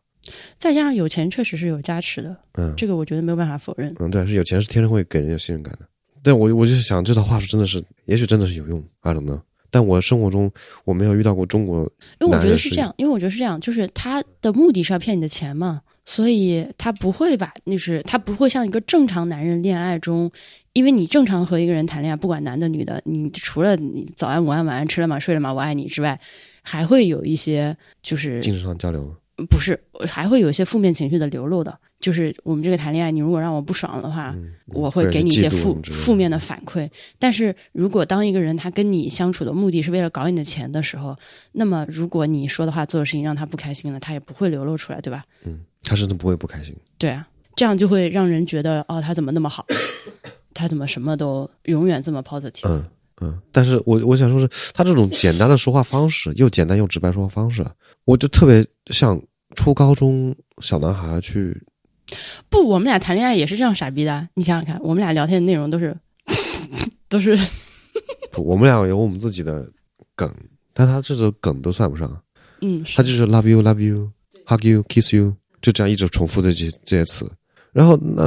Speaker 3: 再加上有钱确实是有加持的，
Speaker 2: 嗯
Speaker 3: 这个我觉得没有办法否认。
Speaker 2: 嗯，对，是有钱是天生会给人有信任感的。但我我就是想这套话术真的是，也许真的是有用，I don't know。但我生活中我没有遇到过中国，
Speaker 3: 因为我觉
Speaker 2: 男
Speaker 3: 得
Speaker 2: 人
Speaker 3: 是
Speaker 2: 是
Speaker 3: 这样，因为我觉得是这样，就是他的目的是要骗你的钱嘛，所以他不会把，就是他不会像一个正常男人恋爱中，因为你正常和一个人谈恋爱，不管男的女的，你除了你早安、午安、晚安，吃了吗、睡了吗、我爱你之外，还会有一些就是
Speaker 2: 精神上交流。
Speaker 3: 不是还会有一些负面情绪的流露的，就是我们这个谈恋爱，你如果让我不爽的话，
Speaker 2: 嗯，
Speaker 3: 我会给你一些负负面
Speaker 2: 的。
Speaker 3: 的反馈，但是如果当一个人他跟你相处的目的是为了搞你的钱的时候，那么如果你说的话、做的事情让他不开心了，他也不会流露出来，对吧？
Speaker 2: 嗯，他甚至不会不开心。
Speaker 3: 对啊，这样就会让人觉得哦，他怎么那么好，他怎么什么都永远这么 positive。
Speaker 2: 嗯嗯，但是我我想说是，他这种简单的说话方式，又简单又直白说话方式，啊我就特别像初高中小男孩去
Speaker 3: 不，我们俩谈恋爱也是这样傻逼的啊。你想想看，我们俩聊天的内容都是 都是
Speaker 2: 不我们俩有我们自己的梗，但他这种梗都算不上，
Speaker 3: 嗯，
Speaker 2: 他就是 love you love you hug you kiss you，就这样一直重复这些这些词。然后那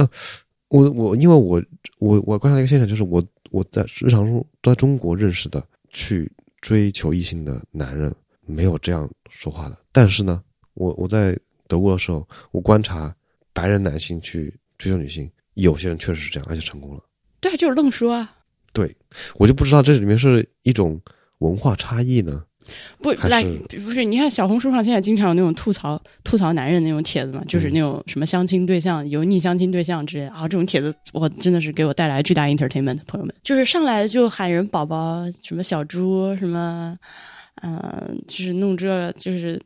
Speaker 2: 我我因为我我我观察一个现象，就是我我在日常中在中国认识的去追求异性的男人没有这样说话的，但是呢，我我在德国的时候，我观察白人男性去追求女性，有些人确实是这样，而且成功了。
Speaker 3: 对啊，就是愣说啊。
Speaker 2: 我就不知道这里面是一种文化差异呢，
Speaker 3: 不
Speaker 2: 还
Speaker 3: 来
Speaker 2: 是
Speaker 3: 不是，你看小红书上现在经常有那种吐槽吐槽男人那种帖子嘛，就是
Speaker 2: 嗯
Speaker 3: 那种什么相亲对象、油腻相亲对象之类的啊，这种帖子我真的是给我带来巨大 entertainment，朋友们，就是上来就喊人宝宝，什么小猪，什么，嗯、就是弄这，就是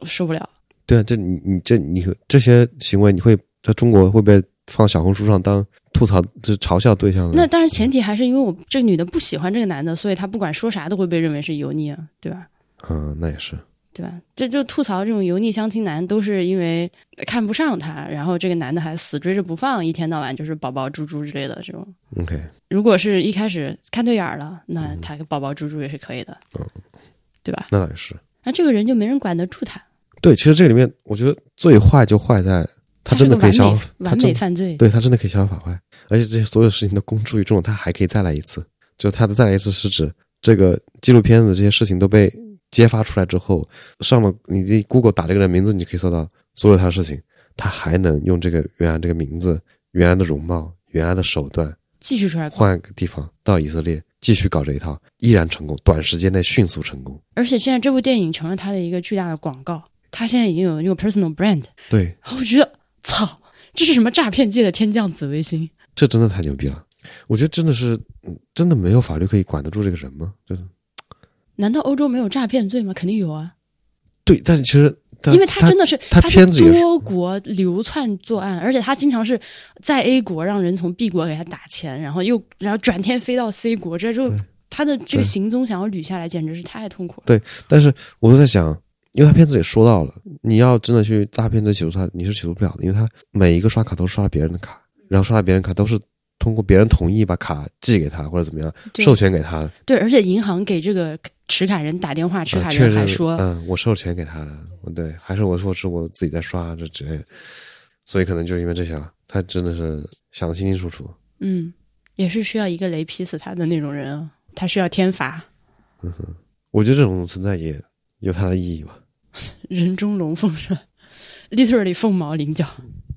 Speaker 3: 我受不了。
Speaker 2: 对啊，这你你这你这些行为，你会在中国会被放小红书上当吐槽，就是嘲笑对象的。
Speaker 3: 那当然前提还是因为我这个女的不喜欢这个男的，所以她不管说啥都会被认为是油腻啊，对吧？
Speaker 2: 嗯，那也是，
Speaker 3: 对吧？这就吐槽这种油腻相亲男，都是因为看不上他，然后这个男的还死追着不放，一天到晚就是宝宝、猪猪之类的这种。
Speaker 2: OK，
Speaker 3: 如果是一开始看对眼儿了，那他宝宝、猪猪也是可以的，
Speaker 2: 嗯
Speaker 3: 对吧？
Speaker 2: 那倒也是。
Speaker 3: 那这个人就没人管得住他，
Speaker 2: 对，其实这里面我觉得最坏就坏在他真的可以
Speaker 3: 是个
Speaker 2: 逍
Speaker 3: 完美
Speaker 2: 遥，他
Speaker 3: 完
Speaker 2: 真
Speaker 3: 美犯罪。
Speaker 2: 对他真的可以逍遥法外，而且这些所有事情的公诸于众，他还可以再来一次。就他的再来一次是指这个纪录片的这些事情都被揭发出来之后，上了你的 Google 打这个人名字，你就可以搜到所有他的事情，他还能用这个原来这个名字、原来的容貌、原来的手段
Speaker 3: 继续出来搞，
Speaker 2: 换个地方到以色列继续搞这一套，依然成功，短时间内迅速成功。
Speaker 3: 而且现在这部电影成了他的一个巨大的广告，他现在已经有一个 personal brand，
Speaker 2: 对，
Speaker 3: 然后我觉得操，这是什么诈骗界的天降紫微星？
Speaker 2: 这真的太牛逼了！我觉得真的是，嗯真的没有法律可以管得住这个人吗？就是
Speaker 3: 难道欧洲没有诈骗罪吗？肯定有啊。
Speaker 2: 对，但是其实他
Speaker 3: 因为
Speaker 2: 他
Speaker 3: 他真的是
Speaker 2: 他
Speaker 3: 是
Speaker 2: 片子也是
Speaker 3: 多国流窜作案，而且他经常是在 A 国让人从 B 国给他打钱，然后又然后转天飞到 C 国，这就
Speaker 2: 对
Speaker 3: 他的这
Speaker 2: 对
Speaker 3: 个行踪想要捋下来，简直是太痛苦了。
Speaker 2: 但是我都在想，因为他片子也说到了，你要真的去诈骗罪起诉他，你是起诉不了的，因为他每一个刷卡都是刷别人的卡，然后刷别人卡都是通过别人同意把卡寄给他或者怎么样
Speaker 3: 对
Speaker 2: 授权给他，
Speaker 3: 对，而且银行给这
Speaker 2: 啊
Speaker 3: 个持卡人打电话，持
Speaker 2: 呃
Speaker 3: 卡
Speaker 2: 确
Speaker 3: 人
Speaker 2: 实
Speaker 3: 还说，
Speaker 2: 嗯，我授权给他了，对，还是我说是我自己在刷这之类的，所以可能就是因为这些啊，他真的是想的清清楚楚，
Speaker 3: 嗯，也是需要一个雷劈死他的那种人啊，他需要天罚，
Speaker 2: 我觉得这种存在也有它的意义吧，
Speaker 3: 人中龙凤是吧，literally 凤毛麟角。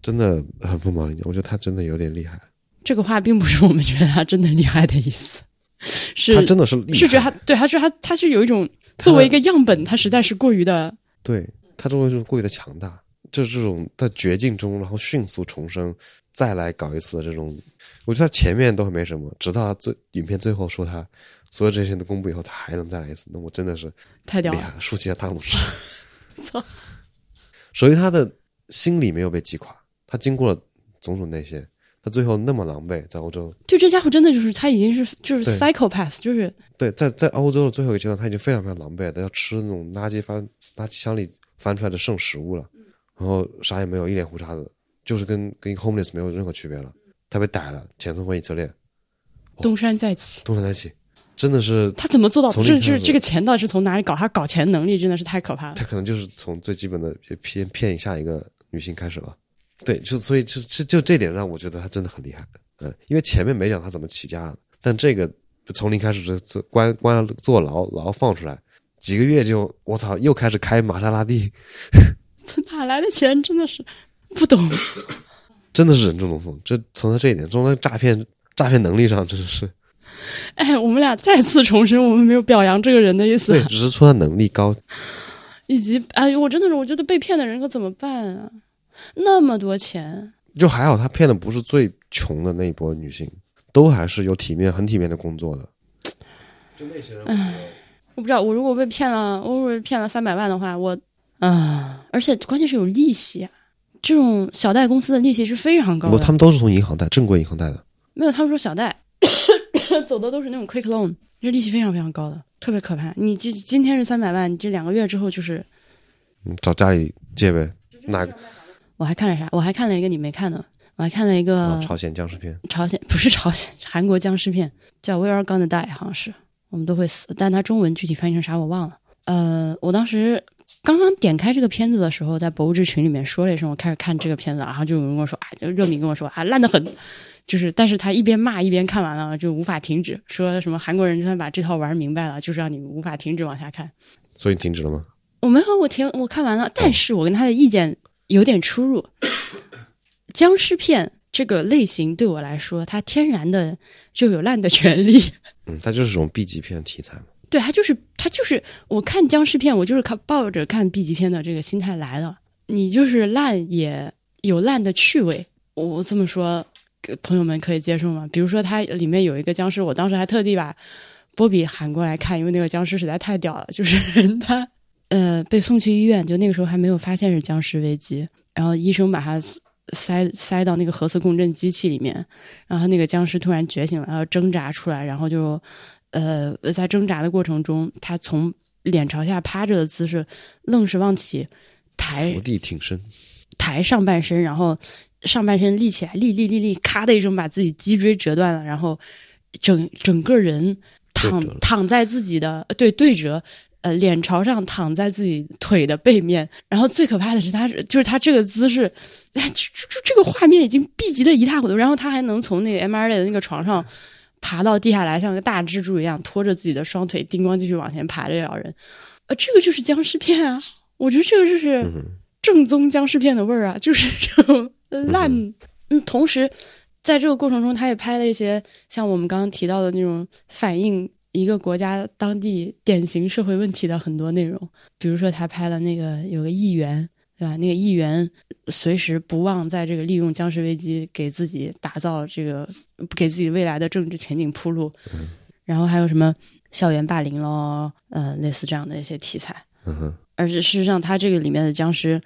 Speaker 2: 真的很不毛一点，我觉得他真的有点厉害，
Speaker 3: 这个话并不是我们觉得他真的厉害的意思，是
Speaker 2: 他真的是厉害，
Speaker 3: 是觉得他对，他是他他是有一种
Speaker 2: 他
Speaker 3: 作为一个样本，他实在是过于的，
Speaker 2: 对他中国就是过于的强大，就是这种在绝境中然后迅速重生，再来搞一次的这种，我觉得他前面都还没什么，直到他最影片最后说他所有这些都公布以后，他还能再来一次，那我真的是
Speaker 3: 太屌
Speaker 2: 厉
Speaker 3: 了。
Speaker 2: 害，竖起了大拇指
Speaker 3: 操。
Speaker 2: 首先，他的心理没有被击垮，他经过了种种那些，他最后那么狼狈，在欧洲，
Speaker 3: 就这家伙真的就是他已经是就是
Speaker 2: 对
Speaker 3: psychopath，就是
Speaker 2: 对，在在欧洲的最后一个阶段，他已经非常非常狼狈的要吃那种垃圾翻垃圾箱里翻出来的剩食物了，然后啥也没有，一脸胡茬子，就是跟跟 homeless 没有任何区别了。他被逮了，遣送回以色列，
Speaker 3: 东山再起。
Speaker 2: 东山再起，真的是
Speaker 3: 他怎么做到？
Speaker 2: 哦从
Speaker 3: 这
Speaker 2: 零开
Speaker 3: 这
Speaker 2: 始
Speaker 3: 这个钱到底是从哪里搞？他搞钱能力真的是太可怕了。
Speaker 2: 他可能就是从最基本的骗骗下一个女性开始吧。对，就所以就就就这点让我觉得他真的很厉害。嗯，因为前面没讲他怎么起家的，但这个就从零开始这这关关坐牢，牢放出来几个月就我操，又开始开玛莎拉蒂，
Speaker 3: 哪来的钱？真的是不懂。
Speaker 2: 真的是人中龙凤。这从他这一点，从他诈骗诈骗能力上，真的是
Speaker 3: 哎，我们俩再次重申，我们没有表扬这个人的意思
Speaker 2: 对，，只是说他能力高，
Speaker 3: 以及哎，我真的是我觉得被骗的人可怎么办啊？那么多钱，
Speaker 2: 就还好他骗的不是最穷的那一波女性，都还是有体面很体面的工作的。就那些人，
Speaker 3: 我不知道，我如果被骗了，我如果被骗了三百万的话，我啊，而且关键是有利息啊。这种小贷公司的利息是非常高
Speaker 2: 不，
Speaker 3: 的，
Speaker 2: 他们都是从银行贷，正规银行贷的。
Speaker 3: 没有，他们说小贷走的都是那种 quick loan，这利息非常非常高的，特别可怕。你这今天是三百万，你这两个月之后就是，
Speaker 2: 嗯找家里借呗。哪个、
Speaker 3: 我还看了啥？我还看了一个你没看的，我还看了一个
Speaker 2: 啊朝鲜僵尸片？
Speaker 3: 朝鲜 不是朝鲜，韩国僵尸片叫《We Are Gonna Die》，好像是我们都会死，但它中文具体翻译成啥我忘了。呃，我当时刚刚点开这个片子的时候，在博物志群里面说了一声，我开始看这个片子，然后就有人跟我说，啊，就热敏跟我说啊，烂得很，就是，但是他一边骂一边看完了，就无法停止，说什么韩国人就算把这套玩明白了，就是让你无法停止往下看。
Speaker 2: 所以你停止了吗？
Speaker 3: 我没有，我停，我看完了，但是我跟他的意见有点出入。 僵尸片这个类型对我来说，它天然的就有烂的权利。
Speaker 2: 嗯，它就是这种 B 级片题材嘛。
Speaker 3: 对，它就是它就是，我看僵尸片，我就是看抱着看 B 级片的这个心态来的。你就是烂也有烂的趣味，我这么说，呃朋友们可以接受吗？比如说它里面有一个僵尸，我当时还特地把波比喊过来看，因为那个僵尸实在太屌了，就是他 呃被送去医院，就那个时候还没有发现是僵尸危机，然后医生把他塞塞到那个核磁共振机器里面，然后那个僵尸突然觉醒了，然后挣扎出来，然后就呃在挣扎的过程中，他从脸朝下趴着的姿势愣是往起抬
Speaker 2: 伏地挺身，
Speaker 3: 抬上半身，然后上半身立起来，立立立立，咔的一声把自己脊椎折断了，然后整整个人躺
Speaker 2: 对折了
Speaker 3: 躺在自己的呃对对折。呃，脸朝上躺在自己腿的背面，然后最可怕的是他，就是他这个姿势，哎，就就就这个画面已经逼急的一塌糊涂，然后他还能从那个 M R 类的那个床上爬到地下来，像个大蜘蛛一样拖着自己的双腿，叮咣继续往前爬着咬人，呃，这个就是僵尸片啊，我觉得这个就是，
Speaker 2: 嗯哼，
Speaker 3: 正宗僵尸片的味儿啊，就是 这种烂。嗯，同时在这个过程中，他也拍了一些像我们刚刚提到的那种反映一个国家当地典型社会问题的很多内容，比如说他拍了那个有个议员。对吧？那个议员随时不忘在这个利用僵尸危机给自己打造这个，给自己未来的政治前景铺路。然后还有什么校园霸凌咯，呃，类似这样的一些题材。
Speaker 2: 嗯哼，
Speaker 3: 而且事实上，他这个里面的僵尸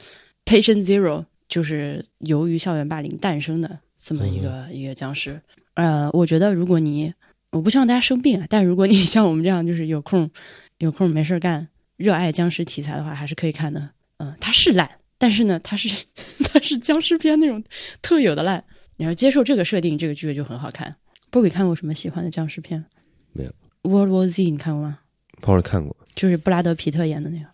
Speaker 3: Patient Zero 就是由于校园霸凌诞生的这么一个、
Speaker 2: 嗯
Speaker 3: 一个僵尸。呃，我觉得如果你我不希望大家生病啊，但如果你 像我们这样就是有空有空没事儿干，热爱僵尸题材的话，还是可以看的。嗯、它是烂，但是呢，它是 它是僵尸片那种特有的烂。你要接受这个设定，这个剧就很好看。波比看过什么喜欢的僵尸片？
Speaker 2: 没有。
Speaker 3: World War Z 你看过吗？
Speaker 2: 泡儿看过，
Speaker 3: 就是布拉德皮特演的那个。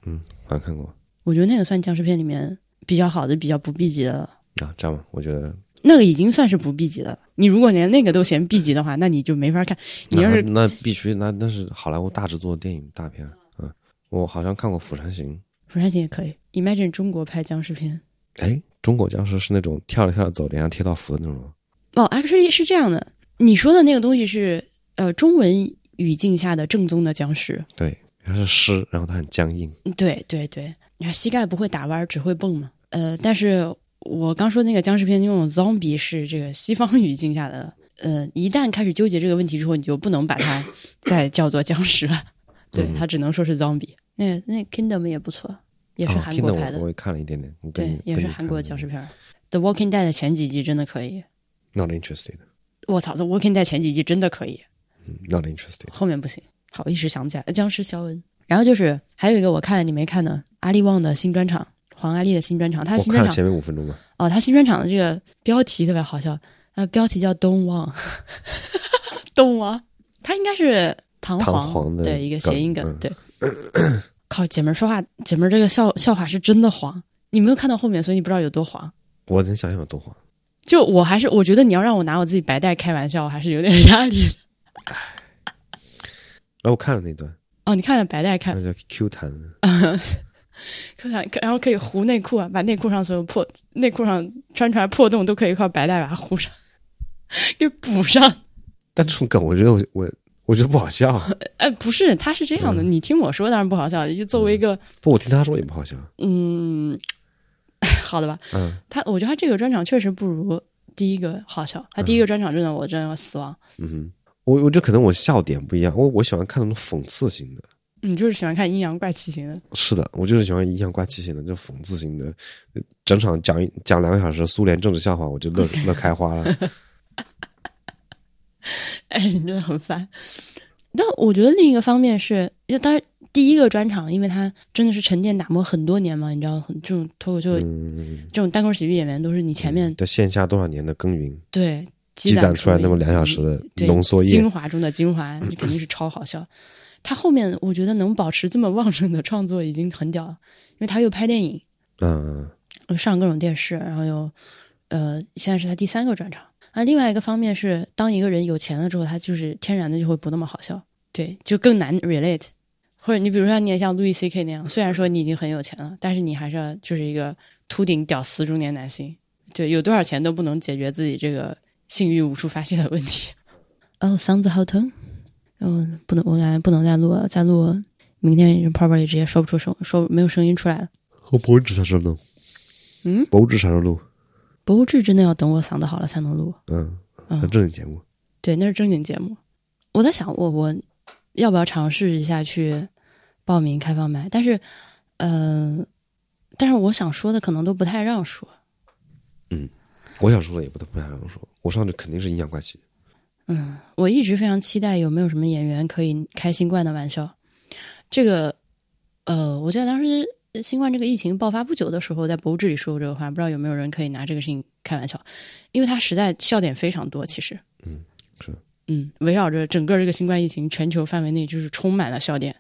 Speaker 2: 好像看过
Speaker 3: 我觉得那个算僵尸片里面比较好的、比较不 B 级的了。
Speaker 2: 啊。这样吧，我觉得
Speaker 3: 那个已经算是不 B 级的了。你如果连那个都嫌 B 级的话，那你就没法看。你要
Speaker 2: 那
Speaker 3: 是啊
Speaker 2: 那必须那那是好莱坞大制作的电影大片。嗯，我好像看过《釜山行》。
Speaker 3: 釜山行也可以，Imagine 中国拍僵尸片
Speaker 2: 哎，中国僵尸是那种跳着跳着走，脸上贴到符的那种吗。
Speaker 3: 哦，actually 是这样的。你说的那个东西是呃中文语境下的正宗的僵尸，
Speaker 2: 对，它是尸，然后它很僵硬。
Speaker 3: 对对对，你看膝盖不会打弯儿，只会蹦嘛。呃，但是我刚说那个僵尸片那种 zombie 是这个西方 语境下的，呃，一旦开始纠结这个问题之后，你就不能把 它再叫做僵尸了，对，
Speaker 2: 嗯
Speaker 3: 它只能说是 zombie。那那 Kingdom 也不错，也是
Speaker 2: 哦
Speaker 3: 韩国
Speaker 2: Kingdom
Speaker 3: 拍的，
Speaker 2: 我我也看了一点点，跟
Speaker 3: 对
Speaker 2: 你，
Speaker 3: 也
Speaker 2: 跟
Speaker 3: 是
Speaker 2: 你
Speaker 3: 韩国
Speaker 2: 看的
Speaker 3: 僵尸片儿。The Walking Dead 的前几集真的可以，
Speaker 2: Not interested.
Speaker 3: 我操，The Walking Dead 前几季真的可以，
Speaker 2: 嗯 Not interested.
Speaker 3: 后面不行。好，一时想不起来。呃僵尸肖恩，然后就是还有一个我看了你没看呢，阿利旺的新专场，黄阿丽的新专场，他
Speaker 2: 我
Speaker 3: 新
Speaker 2: 看
Speaker 3: 专
Speaker 2: 了
Speaker 3: 场
Speaker 2: 前面五分钟吧，
Speaker 3: 哦，他新专场的这个标题特别好笑，呃，标题叫“东 望”，东望，他应该是唐
Speaker 2: 唐
Speaker 3: 璜
Speaker 2: 璜的
Speaker 3: 对一个
Speaker 2: 梗
Speaker 3: 谐音梗，
Speaker 2: 嗯
Speaker 3: 对。 靠，姐们儿说话，姐们儿这个笑笑话是真的黄，你没有看到后面，所以你不知道有多黄。
Speaker 2: 我能想象有多慌。
Speaker 3: 就我还是我觉得你要让我拿我自己白带开玩笑，我还是有点压力的。
Speaker 2: 哎，我看了那 段，
Speaker 3: 哦，你看了白带看，
Speaker 2: 那叫 Q 弹，
Speaker 3: 可想可然后可以糊内裤啊，把内裤上所有破内裤上穿出来破洞都可以靠白带把它糊上，给补上。
Speaker 2: 但这种梗我觉得我我我觉得不好 笑，
Speaker 3: 哎，不是，他是这样的，你听我说当然不好笑，就作为一个
Speaker 2: 不，我听他说也不好笑。
Speaker 3: 嗯， 好的吧，
Speaker 2: 嗯
Speaker 3: 他我觉得他这个专场确实不如第一个好笑，他第一个专场真的我真的要死亡。
Speaker 2: 嗯哼，我我觉得可能我笑点不一样，我我喜欢看那种讽刺型的。
Speaker 3: 你就是喜欢看阴阳怪气型的，
Speaker 2: 是的，我就是喜欢阴阳怪气型的，就讽刺型的，整场讲一讲两个小时苏联政治笑话，我就乐乐开花 了。
Speaker 3: 哎，你真的很烦。但我觉得另一个方面是，就当然第一个专场，因为他真的是沉淀打磨很多年嘛，你知道，很这种脱口秀、
Speaker 2: 嗯，
Speaker 3: 这种单口喜剧演员都是你前面、
Speaker 2: 在线下多少年的耕耘，
Speaker 3: 对
Speaker 2: 嗯
Speaker 3: 积
Speaker 2: 积攒出来
Speaker 3: 一
Speaker 2: 那么两小时
Speaker 3: 嗯对
Speaker 2: 的浓缩液
Speaker 3: 精，华中的 精华，这肯定是超好笑。他后面我觉得能保持这么旺盛的创作已经很屌了，因为他又拍电影，
Speaker 2: 嗯，
Speaker 3: 又上各种电视，然后又呃，现在是他第三个专场。啊，另外一个方面是，当一个人有钱了之后，他就是天然的就会不那么好笑，对，就更难 relate。或者你比如说你也像路易 C K 那样，虽然说你已经很有钱了，但是你还是要就是一个秃顶屌丝中年男性，对，有多少钱都不能解决自己这个性欲无处发泄的问题。 哦，嗓子好疼，嗯，不能，我俩不能再录了，再录明天泡泡也直接说不出声，说没有声音出来了。
Speaker 2: 我脖子啥时候弄？
Speaker 3: 嗯，
Speaker 2: 脖子啥时候录？
Speaker 3: 博物志真的要等我嗓子好了才能录。
Speaker 2: 嗯，
Speaker 3: 嗯
Speaker 2: 很正经节目。
Speaker 3: 对，那是正经节目。我在想，我我要不要尝试一下去报名开放麦？但是，呃，但是我想说的可能都不太让说。
Speaker 2: 我想说的也不不太想说，我上去肯定是阴阳怪气。
Speaker 3: 嗯，我一直非常期待有没有什么演员可以开新冠的玩笑。这个，呃，我记得当时新冠这个疫情爆发不久的时候，在博物志里说过这个话，不知道有没有人可以拿这个事情开玩笑，因为它实在笑点非常多。其实，
Speaker 2: 嗯，是，
Speaker 3: 嗯，围绕着整个这个新冠疫情，全球范围内就是充满了笑点。